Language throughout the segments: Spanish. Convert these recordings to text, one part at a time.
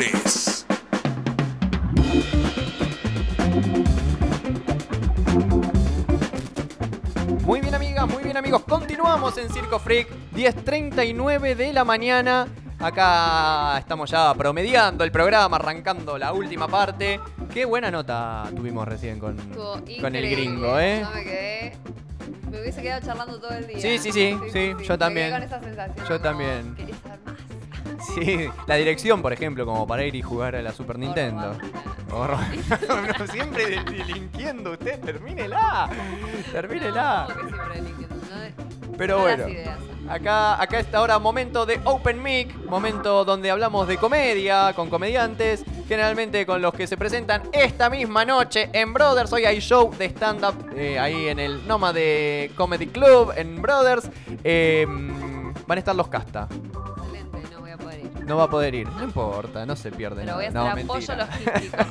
3. Muy bien amigas, muy bien amigos, continuamos en Circo Freak, 10.39 de la mañana. Acá estamos ya promediando el programa, arrancando la última parte. Qué buena nota tuvimos recién con, Estuvo con el increíble. gringo, ¿eh? Yo me quedé. Me hubiese quedado charlando todo el día. Sí, sí, sí, sí, yo me quedé también. con esa sensación, Yo como, también. Quería saber más. Sí, la dirección, por ejemplo, como para ir y jugar a la Super Nintendo. O robar. No, siempre de- delinquiendo usted, termínela. No, Termínela. porque siempre eligen, ¿no? Pero Malas bueno. ideas. Acá, acá está ahora momento de Open Mic, momento donde hablamos de comedia con comediantes, generalmente con los que se presentan esta misma noche en Brothers. Hoy hay show de stand-up eh, ahí en el Noma de Comedy Club en Brothers. Eh, van a estar los casta. Excelente, no voy a poder ir. No va a poder ir, no importa, no se pierde nada. Pero voy a No, hacer apoyo mentira.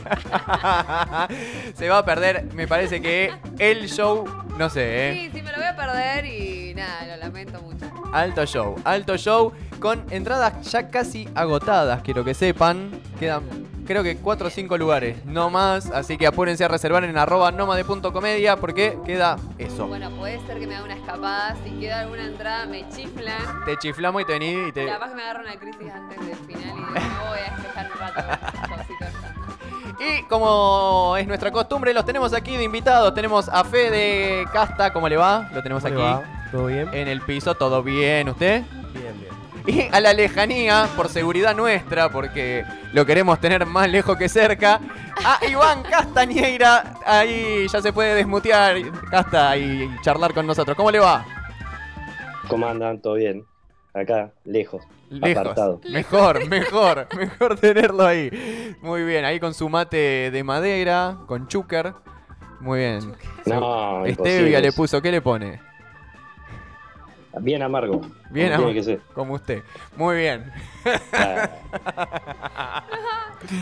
logístico. se va a perder, me parece que el show, no sé, ¿eh? Sí, sí, me lo voy a perder y nada, lo lamento mucho. Alto show, alto show con entradas ya casi agotadas, quiero que sepan. Quedan creo que 4 o 5 lugares, no más, así que apúrense a reservar en arroba nomade.comedia porque queda eso. Bueno, puede ser que me haga una escapada. Si queda alguna entrada, me chiflan. Te chiflamos y te venís y te... Capaz que me agarra una crisis antes del final y digo, me voy a despejar un rato. Cosito esta. Y como es nuestra costumbre, los tenemos aquí de invitados. Tenemos a Fede Casta, ¿cómo le va? Lo Pues tenemos ¿Cómo aquí le va? ¿Todo bien? eh, en el piso, ¿todo bien usted? Bien, bien. y a la lejanía, por seguridad nuestra, porque lo queremos tener más lejos que cerca. A Iván Castañeira, ahí ya se puede desmutear, Casta, y charlar con nosotros. ¿Cómo le va? ¿Cómo andan? ¿Todo bien? Acá, lejos. Lejos. Apartado. Mejor, mejor, mejor tenerlo ahí. Muy bien, ahí con su mate de madera, con chúcar. Muy bien. No, Estevia imposible. le puso, ¿qué le pone? Bien amargo. Bien Como amargo. tiene que ser. Como usted. Muy bien. Ah.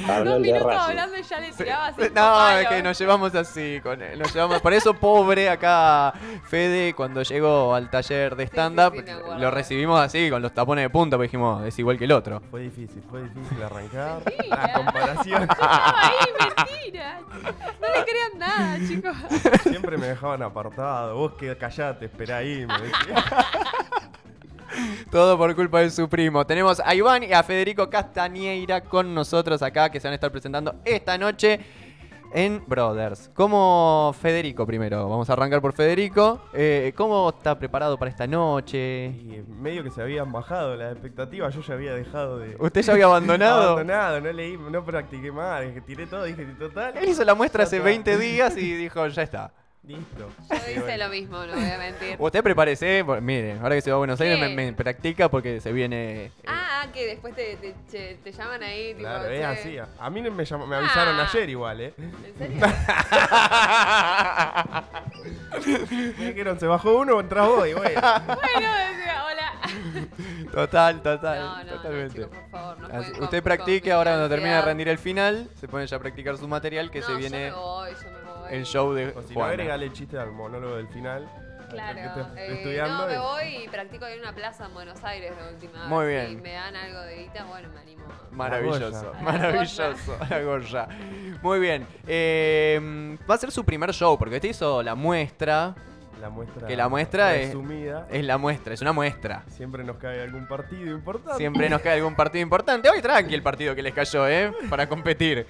Habló Dos el de minutos Racing. hablando y ya le tiraba así. No, es que nos llevamos así con él, Nos llevamos. Por eso, pobre, acá Fede, cuando llegó al taller de sí, stand-up, sí, me acuerdo. lo recibimos así, con los tapones de punta, porque dijimos, es igual que el otro. Fue difícil, fue difícil arrancar. Mentira. La comparación. ahí, mentira. No le crean nada, chicos. Siempre me dejaban apartado. Vos que callate, esperá ahí. Me decía. Todo por culpa de su primo. Tenemos a Iván y a Federico Castañeira con nosotros acá, que se van a estar presentando esta noche en Brothers. ¿Cómo, Federico, primero? Vamos a arrancar por Federico. Eh, ¿Cómo está preparado para esta noche? Y medio que se habían bajado las expectativas. Yo ya había dejado de. ¿Usted ya había abandonado? Abandonado, no leí, no practiqué más. Dije, tiré todo, dije, total. Él hizo la muestra ya hace está. 20 días y dijo, ya está. Listo. Yo Y bueno, hice lo mismo, no voy a mentir. Usted prepárese, por- mire, ahora que se va a Buenos ¿Qué? Aires me, me practica porque se viene... eh, Ah, ah, que después te, te, che, te llaman ahí. Tipo, Claro, eh, che, es así. ah". A mí no me, llamó- me avisaron Ah. ayer igual, ¿eh? ¿En serio? Me dijeron, se bajó uno, entras vos y bueno. bueno, decía, hola. eh. Total, total, No, no, no, totalmente. chicos, por favor. No Así- jueguen con- usted con mi practique ahora cuando termine de ansiedad. rendir el final, se pone ya a practicar su material que no, se viene Yo me voy, yo me voy. el show de O si no, Juana. agregale el chiste al monólogo del final. al que Claro, estés eh, estudiando. no, me y- voy y practico ahí en una plaza en Buenos Aires la última Muy vez. bien. Si me dan algo de guita, bueno, me animo. Maravilloso, La Goya. maravilloso, la Goya. Muy bien, eh, va a ser su primer show porque usted hizo la muestra, La muestra. Que la muestra es- resumida. es la muestra, es una muestra. Siempre nos cae algún partido importante. Siempre nos cae algún partido importante. Hoy tranqui el partido que les cayó, ¿eh? Para competir.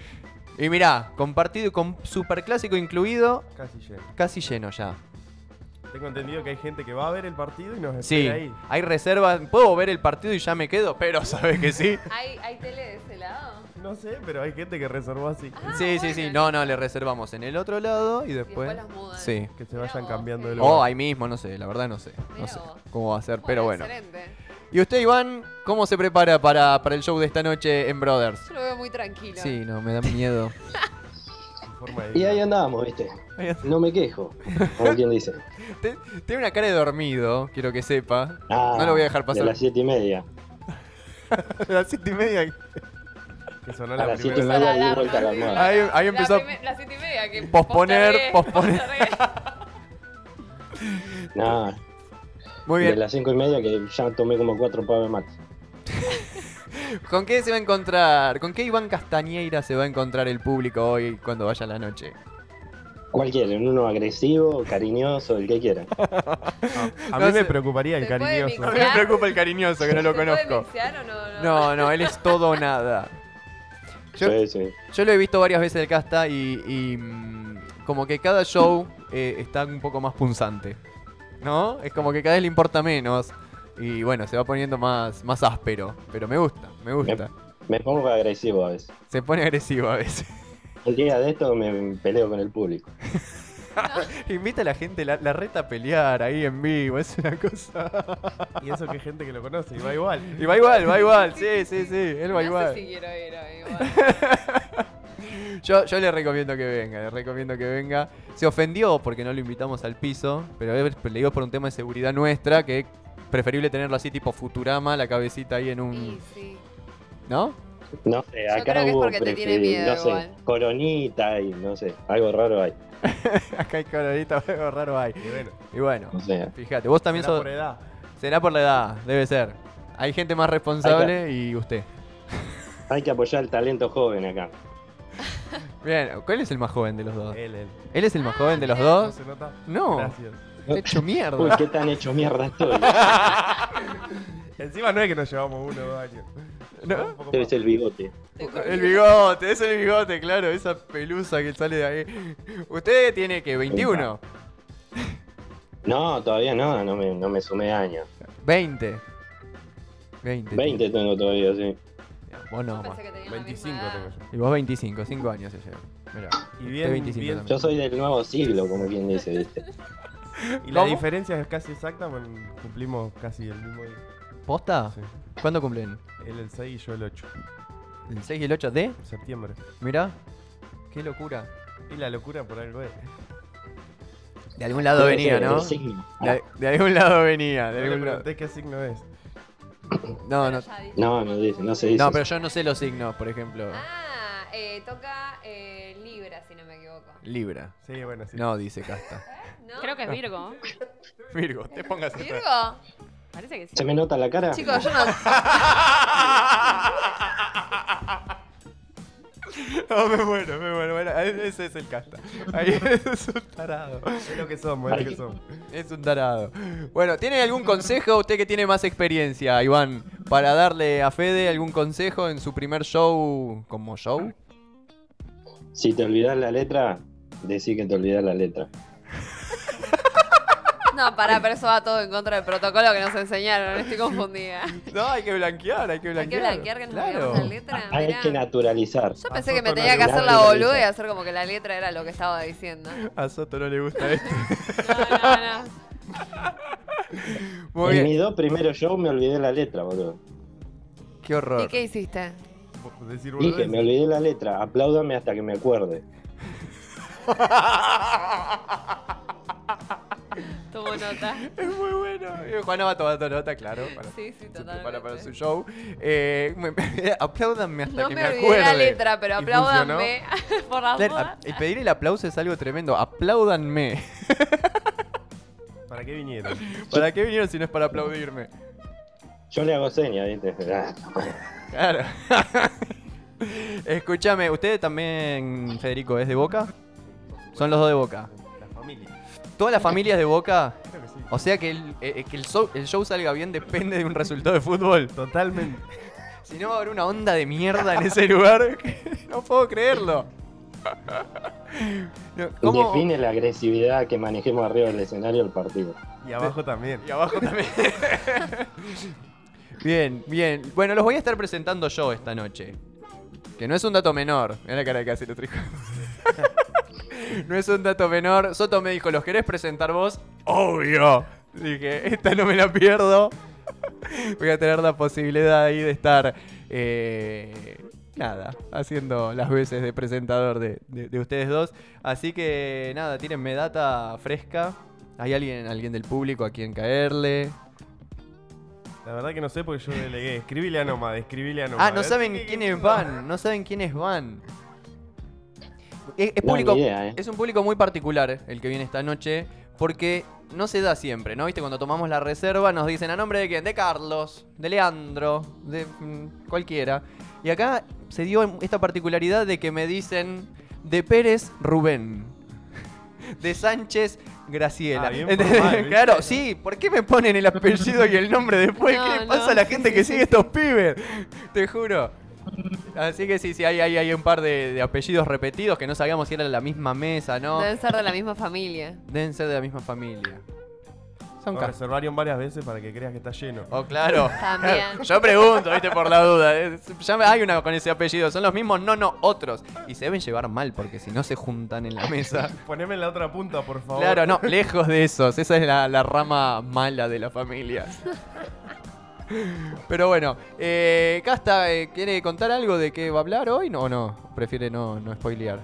Y mirá, con partido con superclásico incluido, Casi lleno. casi lleno ya. Tengo entendido que hay gente que va a ver el partido y nos Sí, espera ahí. hay reservas. Puedo ver el partido y ya me quedo, pero sabes que sí. ¿Hay, ¿Hay tele de ese lado? No sé, pero hay gente que reservó así. Ah, sí, sí, sí. bueno, No, no, le reservamos en el otro lado y después. después los mudan. Sí. Que se Mirá vayan vos, eh. cambiando qué de bien. O lugar. ahí mismo, no sé, la verdad no sé. No Mirá sé vos. cómo va a ser, pero bueno. Excelente. ¿Y usted, Iván, cómo se prepara para, para el show de esta noche en Brothers? Yo lo veo muy tranquilo. Sí, no, me da miedo. en forma de Y ahí andábamos, ¿viste? Ahí está. No me quejo. Como quien dice. Te- Tiene una cara de dormido, quiero que sepa. Ah, no lo voy a dejar pasar. De las siete y media. A las siete y media. Que sonó A la las siete y primera. Hizo la media di alarma, vuelta a la sí. almohada. Ahí, ahí La empezó. primer- Las siete y media que Posponer, posponer. postergué. No, Muy de bien. las cinco y media que ya tomé como cuatro pavos de mate. ¿Con qué se va a encontrar? ¿Con qué Iván Castañeira se va a encontrar el público hoy cuando vaya la noche? ¿Cuál quieren? ¿Uno agresivo, cariñoso, el que quieran? No A mí me sé. preocuparía el ¿Se puede cariñoso. No mixear? me preocupa el cariñoso, que no lo ¿Se puede conozco. mixear o no? No. No, no, él es todo o nada. Yo, Sí, sí. yo lo he visto varias veces el casta y, y, mm, como que cada show eh, está un poco más punzante. ¿No? Es como que cada vez le importa menos. Y bueno, se va poniendo más, más áspero. Pero me gusta, me gusta. Me pongo agresivo a veces. Se pone agresivo a veces. El día de esto me peleo con el público. Invita a la gente, la, la reta a pelear ahí en vivo, es una cosa. Y eso que hay gente que lo conoce, y va igual. Y va igual, va igual, sí, sí, sí, él va No sé si igual. quiero ir a igual. Yo, yo le recomiendo que venga, le recomiendo que venga. Se ofendió porque no lo invitamos al piso, pero es- le digo por un tema de seguridad nuestra que es preferible tenerlo así tipo Futurama, la cabecita ahí en Sí, un... sí. ¿no? No sé, Yo acá creo que es hubo porque te tiene preferible, miedo no sé, igual. coronita y no sé, algo raro hay. Acá hay colorita, algo raro ahí. Y bueno, Y bueno, O sea, fíjate, vos también será sos... por edad. Será por la edad, debe ser. Hay gente más responsable y usted. hay que apoyar el talento joven acá. Bien, ¿cuál es el más joven de los dos? Él, él. ¿Él es el más Ah, joven de los mirá. ¿No dos? se nota? No, Eh. Gracias. te he hecho Uy, mierda. qué tan hecho mierda estoy. Encima no es que nos llevamos uno o dos años. ¿No? Un poco Debe más. ser este el bigote. El bigote, es el bigote, claro, esa pelusa que sale de ahí. Usted tiene que 21, No, todavía no, no me, no me sumé años. 20. 20. 20 tengo todavía, sí. Vos no, Yo más. pensé que tenía la 25 misma tengo edad. yo. Y vos 25, 5 años se lleva. Mirá. Y Usted bien, 25 bien- también. Yo soy del nuevo siglo, como quien dice, ¿viste? Y la ¿Cómo? diferencia es casi exacta, pues, cumplimos casi el mismo día. ¿Posta? Sí. ¿Cuándo cumplen? Él el 6 y yo el 8, El 6 y el 8 de, septiembre. mirá. Qué locura. Y la locura por algo es. De algún lado venía, Debe ¿no? ser el signo. Ah, De, de algún lado venía, de No le algún lado. pregunté qué signo es. No, no. Ya dije. No, no dice, no se dice. No, pero yo no sé los signos, por ejemplo. Ah, eh, toca eh, Libra, si no me equivoco. Libra. Sí, bueno, sí. No, dice Casta. ¿No? Creo que es Virgo. Virgo, te pongas ¿Virgo? Parece que sí. ¿Se me nota la cara? Chicos, yo no. No, Oh, me muero, me muero, bueno, Ese es el casta. Ahí es un tarado. Es lo que somos, es lo que somos. Es un tarado. Bueno, ¿tiene algún consejo usted que tiene más experiencia, Iván? Para darle a Fede algún consejo en su primer show como show. Si te olvidas la letra, decí que te olvidas la letra. No, pará, pero eso va todo en contra del protocolo que nos enseñaron. Estoy confundida. No, hay que blanquear, hay que Hay que blanquear que nos olvidamos la letra. Ah, Hay mirá. que naturalizar. Yo pensé que me Pasó tenía que con hacer la la letra. boluda y hacer como que la letra era lo que estaba diciendo. A Soto no le gusta esto. No, no, no. Muy en bien. mis dos primeros shows me olvidé la letra, boludo. Qué ¿Y horror. qué hiciste? Decir Dije, me boludeces. olvidé la letra. Apláudame hasta que me acuerde. Tomo nota. Es muy bueno. Eh, Juana va tomando nota, claro. Para, Sí, sí, para- totalmente. para, su show. Eh, me- me- apláudanme hasta No que me me, olvidé acuerde. la letra, pero Y apláudanme por las funcionó. Claro, a- dudas. y pedir el aplauso es algo tremendo. Apláudanme. ¿Para qué vinieron? ¿Para qué vinieron si no es para aplaudirme? Yo le hago señas, ¿viste? Ah, Claro. Escúchame, ¿usted también, Federico, es de Boca? Son los dos de Boca. La familia. ¿Toda la familia es de Boca? Creo que sí. O sea que el, eh, eh, que el show, el show salga bien depende de un resultado de fútbol. Totalmente. Si no va a haber una onda de mierda en ese lugar, no puedo creerlo. No, ¿Cómo? Define la agresividad que manejemos arriba del escenario del partido. Y abajo también. Y abajo también. bien, bien. Bueno, los voy a estar presentando yo esta noche. Que no es un dato menor. Mira la cara que hace el otro hijo. no es un dato menor. Soto me dijo, ¿los querés presentar vos? Obvio. Dije, esta no me la pierdo. Voy a tener la posibilidad ahí de estar... eh, nada, haciendo las veces de presentador de, de- de ustedes dos. Así que nada, tírenme data fresca. ¿Hay alguien, alguien del público a quien caerle? La verdad que no sé porque yo delegué. Escribile a Nomad, escribile a Nomad. Ah, no saben quiénes van, no saben quiénes van. Es, es No, público, ni idea, ¿eh? es un público muy particular el que viene esta noche, Porque no se da siempre, ¿no? Viste, cuando tomamos la reserva nos dicen a nombre de quién, de Carlos, de Leandro, de mm, cualquiera. Y acá se dio esta particularidad de que me dicen de Pérez Rubén, de Sánchez Graciela. Ah, bien ¿Entendés? formal, ¿viste? claro, sí, ¿por qué me ponen el apellido y el nombre después? No, ¿Qué le no, pasa a la sí, gente sí, que sí, sigue estos pibes? Te juro. Así que sí, sí, hay, hay, hay un par de, de apellidos repetidos que no sabíamos si eran la misma mesa, ¿no? Deben ser de la misma familia. Deben ser de la misma familia. Son Lo casos. reservaron varias veces para que creas que está lleno. Oh, claro. También. Yo pregunto, viste, por la duda. Es- Ya me- hay una con ese apellido. Son los mismos, no, no, otros. Y se deben llevar mal porque si no se juntan en la mesa. Poneme en la otra punta, por favor. Claro, no, lejos de esos. Esa es la, la rama mala de la familia. Pero bueno, eh, Casta, eh, ¿quiere contar algo de qué va a hablar hoy? No, ¿O no? Prefiere no, no spoilear.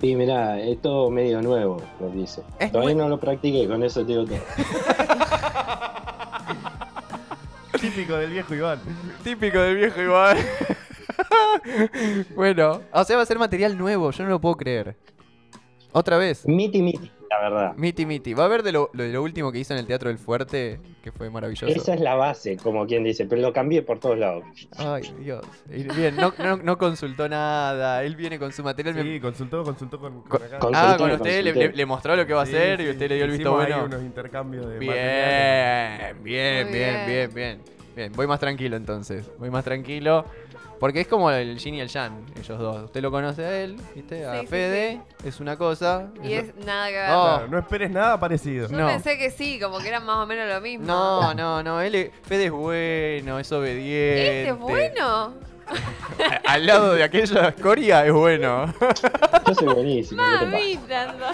Y mirá, es todo medio nuevo, lo dice. Es Todavía muy- no lo practiqué, con eso te digo todo. Típico del viejo Iván. Típico del viejo igual. bueno, o sea, va a ser material nuevo, yo no lo puedo creer. Otra vez. Miti miti, la verdad. Miti Miti. Va a ver de lo, lo- de lo último que hizo en el Teatro del Fuerte, que fue maravilloso. Esa es la base, como quien dice, pero lo cambié por todos lados. Ay, Dios. Y Bien, no, no- no consultó nada. Él viene con su material. me- Sí, consultó, consultó con, con Con- acá. con- ah, Consulté, con usted le, consulté. le- le mostró lo que va a Sí, hacer y sí, usted le dio el visto hicimos ahí bueno. unos intercambios de materiales. Bien, bien, Muy bien, bien, bien. bien. Bien, voy más tranquilo entonces. Voy más tranquilo. Porque es como el Jin y el Jan, ellos dos. Usted lo conoce a él, ¿viste? A Sí, sí, Fede, es una cosa. Y es nada que ver. Oh, Claro, no esperes nada parecido. Yo no. pensé que sí, como que eran más o menos lo mismo. No, no, no. Él es- Fede es bueno, es obediente. ¿Este es bueno? Al lado de aquella escoria es bueno. Yo soy buenísimo, ¿qué te pasa? Mami, tanto.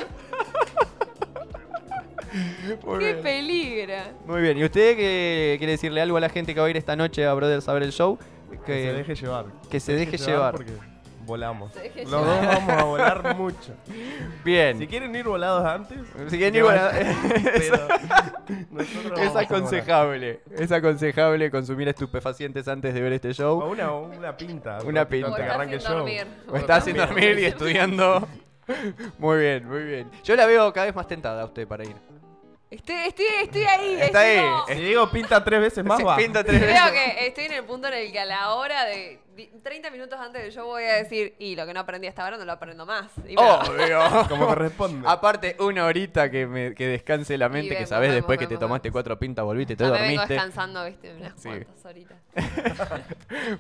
Muy ¡Qué bien. peligro! Muy bien. ¿Y usted qué quiere decirle algo a la gente que va a ir esta noche a Brothers a ver el show? Que se deje llevar. que se deje llevar. Porque volamos. Se deje Los dos llevar. vamos a volar mucho. Bien. Si quieren ir volados antes. Si quieren ir que volados- vayan, pero nosotros Es vamos a volar. aconsejable. Es aconsejable consumir estupefacientes antes de ver este O show. una, una pinta. Una porque pinta. cuando O te estás arranque el sin show. dormir. O está haciendo También. dormir y estudiando. Muy bien, muy bien. Yo la veo cada vez más tentada a usted para ir. Estoy, estoy, estoy ahí. es Está ahí. como- Eh, Si Diego pinta tres veces más, Se va. pinta tres Creo veces. que estoy en el punto en el que a la hora de di- 30 minutos antes del show voy a decir, y lo que no aprendí hasta ahora no lo aprendo más. Y me- Oh, Obvio. Como corresponde. Aparte, una horita que, me- que descanse la mente, que vemos, sabes vemos, después que vemos, te tomaste vemos. cuatro pintas, volviste, te ya me vengo dormiste. descansando, viste, unas Sí. cuantas horitas.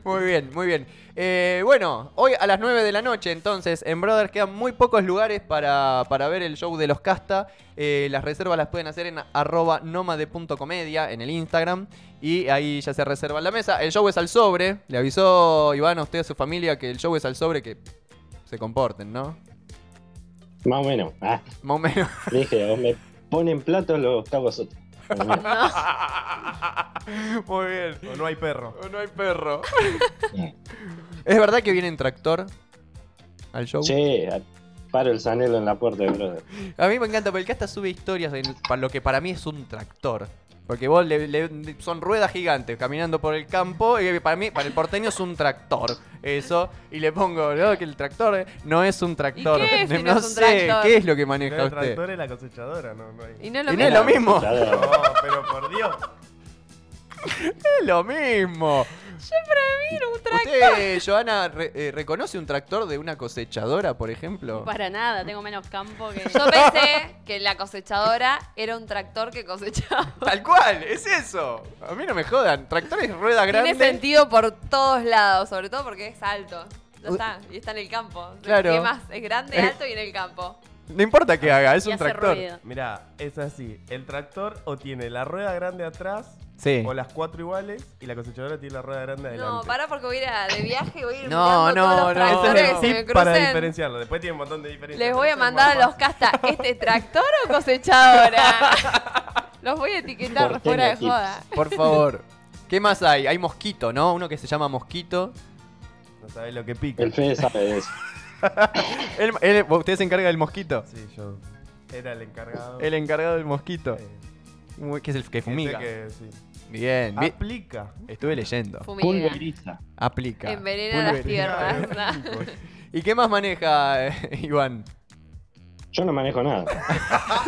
Muy bien, muy bien. Eh, bueno, hoy a las 9 de la noche, entonces, en Brothers quedan muy pocos lugares para, para ver el show de los Casta. Eh, las reservas las pueden hacer en arroba nomade.comedia en el Instagram. Y ahí ya se reserva la mesa. El show es al sobre. Le avisó Iván a usted a su familia que el show es al sobre, que se comporten, ¿no? Más o menos. Ah, Más o menos. dije, o me ponen platos los cabos otros. Ah, muy bien. O no hay perro. No hay perro. ¿Es verdad que viene en tractor al show? Che, paro el sanelo en la puerta, brother. A mí me encanta, porque el Casta sube historias en para lo que para mí es un tractor. Porque vos le- le- son ruedas gigantes caminando por el campo y para mí, para el porteño es un tractor. Eso. Y le pongo, no, que el tractor eh, no es un tractor. ¿Y qué es si no no es un sé, tractor? ¿qué es lo que El maneja usted? tractor es la cosechadora, no, no hay. Y no es Y no lo es mismo. lo mismo. Claro. No, pero por Dios. Es lo mismo. Yo para mí era un tractor. ¿Usted, Joana, re- eh, reconoce un tractor de una cosechadora, por ejemplo? Para nada, tengo menos campo que. Yo pensé que la cosechadora era un tractor que cosechaba. Tal cual, es eso. A mí no me jodan. Tractores, ruedas grandes. Tiene sentido por todos lados, sobre todo porque es alto. Ya está, y está en el campo. Uh. Claro. Eh. ¿Qué más? Es grande, alto y en el campo. No importa que haga, es y un hace tractor. ruido. Mirá, es así. El tractor o tiene la rueda grande atrás, Sí. o las cuatro iguales, y la cosechadora tiene la rueda grande adelante. No, para porque voy a ir a- de viaje y voy a ir No, mirando todos los no, no. tractores Ese es el que se me Tip para crucen. diferenciarlo. Después tiene un montón de diferencias. Les pero voy a eso es mandar más a los casta, ¿este tractor o cosechadora? Los voy a etiquetar Porteño fuera de tips. joda. Por favor. ¿Qué más hay? Hay mosquito, ¿no? Uno que se llama mosquito. fácil. No sabés lo que pica. El Fede sabe de eso. Él- él- usted se encarga del mosquito. Sí, yo era el encargado. El encargado del mosquito. Eh, Muy- Que es el que Ah. gente fumiga. que, sí. Bien. vi- Aplica. Estuve leyendo. Fumiga. Pulveriza. Aplica. Envenena las Ah. Pulver- tierras. ¿no? ¿Y qué más maneja eh, Iván? Yo no manejo nada.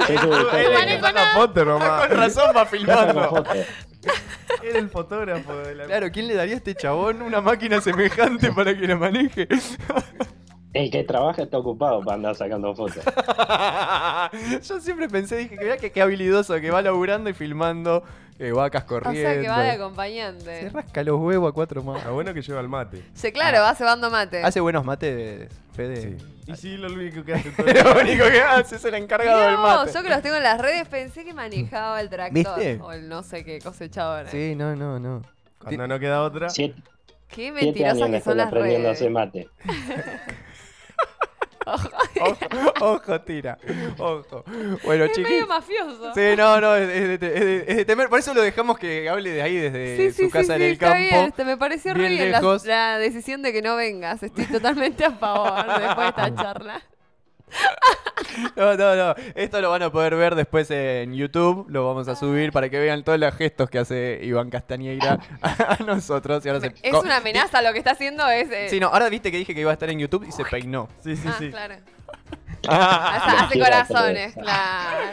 Sé que buscar- Él es- Saca foto nomás. Con razón va Saca la filmando. foto. Era el fotógrafo de la. Claro, ¿quién le daría a este chabón una máquina semejante para que la maneje? El que trabaja está ocupado para andar sacando fotos. Yo siempre pensé, dije, que mirá que qué habilidoso, que va laburando y filmando eh, vacas O corriendo. sea que va de Se Ah. acompañante. rasca los huevos a cuatro más. Lo bueno que lleva el mate. Sí, claro, va cebando mate. Hace buenos mates, Fede. Y sí, lo único que hace todo el- Lo único que hace es el encargado del No, mate. yo que los tengo en las redes pensé que manejaba el tractor. ¿Viste? O el no sé qué cosechador. Sí, no, no, no. Cuando no queda otra. Siete, Qué siete años mentirosas en la que son escuela las aprendiendo a redes. hacer mate. Ojo, ojo, tira. Ojo. Bueno, Es chiquis. medio mafioso. Sí, no, no, es, es de, es de- es de temer. Por eso lo dejamos que hable de ahí desde Sí, su sí, casa sí, en sí, el está campo. bien. este, me pareció re bien bien la, lejos. la decisión de que no vengas. Estoy totalmente a favor después de esta charla. No, no, no. Esto lo van a poder ver después en YouTube. Lo vamos Ah. a subir para que vean todos los gestos que hace Iván Castañeira a a nosotros. Y ahora se- Es una amenaza lo que está haciendo. Es, eh, Sí, no, ahora viste que dije que iba a estar en YouTube y se peinó. Sí, sí, Ah, sí. claro. Lo Hace, hace Ah, quiero corazones, atravesar. claro.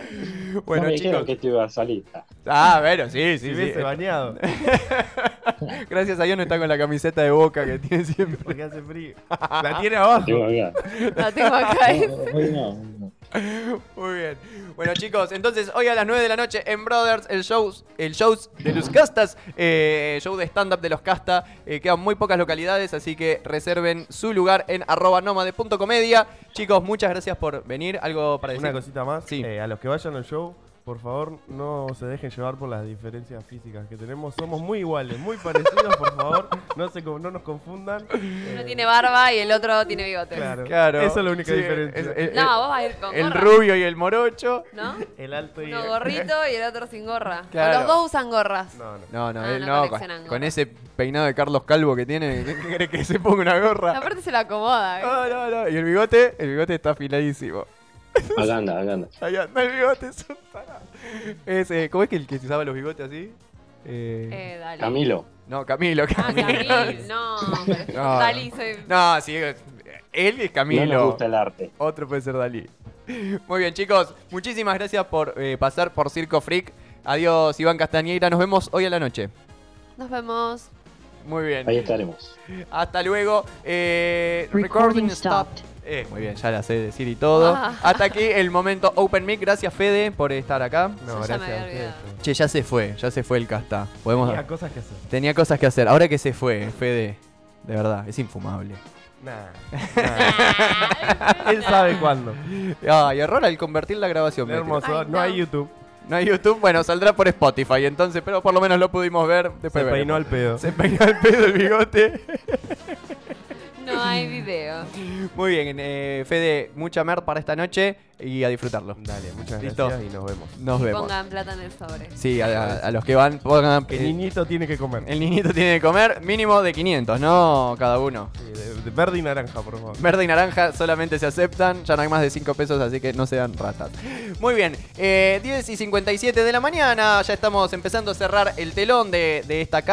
No Bueno, me dijeron chicos. que esto iba a salir. Ah, Ah, bueno, sí, Si sí, sí. hubiese bañado, Gracias a Dios no está con la camiseta de boca que tiene siempre. porque hace frío. La tiene Ah. abajo. tengo acá. Lo tengo acá. No, hoy no, hoy no. Muy bien. Bueno, chicos, entonces hoy a las 9 de la noche en Brothers, el show, el shows de los Castas, eh, show de stand-up de los Casta. eh, quedan muy pocas localidades, así que reserven su lugar en arroba nomade.comedia. Chicos, muchas gracias por venir. ¿Algo para decir? Una cosita más. Sí. Eh, a los que vayan al show, por favor, no se dejen llevar por las diferencias físicas que tenemos. Somos muy iguales, muy parecidos, por favor. No, se, con- no nos confundan. Uno Eh, tiene barba y el otro tiene bigote. Claro. Claro. Esa es la única Sí, diferencia. es- es- No, es- vos vas a ir con el gorra, rubio y el morocho. ¿no? El alto y. Uno gorrito y el otro sin gorra. O Claro. Los dos usan gorras. No, no. No, no, Ah, él no no, con, coleccionan gorras. con ese peinado de Carlos Calvo que tiene, ¿qué crees que se ponga una gorra? Aparte se lo acomoda. ¿eh? No, no, no. Y el bigote, el bigote está afiladísimo. Acá anda, acá anda. Allá anda el bigote, es un tarado. Es, eh, ¿Cómo es que el que se usaba los bigotes así? Eh, Eh, dale. Camilo. No, Camilo, Ah, Camilo. Camil, no. pero No, Dalí, soy... No, sí, eh, él es Camilo. No nos gusta el arte. Otro puede ser Dalí. Muy bien, chicos. Muchísimas gracias por eh, pasar por Circo Freak. Adiós, Iván Castañeira. Nos vemos hoy a la noche. Nos vemos. Muy bien. Ahí estaremos. Hasta luego. Eh, Recording recording stopped. stopped. Eh, muy bien, ya la sé decir y todo. Ah. Hasta aquí el momento Open Mic. Gracias, Fede, por estar acá. No, Yo ya me gracias a había ustedes. olvidado. Che, ya se fue, ya se fue el casta. Podemos. Tenía cosas que hacer. Tenía cosas que hacer. Ahora que se fue, Fede. De verdad, es infumable. Nah. nah. Él sabe cuándo. Ay, error al convertir la grabación. mentira. Hermoso. Ay, no. no. hay YouTube. No hay YouTube, bueno, saldrá por Spotify entonces, pero por lo menos lo pudimos ver. Se Después peinó veremos. al pedo. Se peinó el pedo el bigote. No hay video. Muy bien, eh, Fede, mucha mer para esta noche y a disfrutarlo. Dale, muchas Listo. gracias y nos vemos. Nos vemos. Pongan plata en el sobre. Sí, a, a- a los que van, pongan. Que eh, niñito tiene que comer. el niñito tiene que comer mínimo de 500, ¿no? Cada uno. Sí, de- de verde y naranja, por favor. Verde y naranja solamente se aceptan, ya no hay más de 5 pesos, así que no sean ratas. Muy bien, eh, 10 y 57 de la mañana, ya estamos empezando a cerrar el telón de, de esta carta.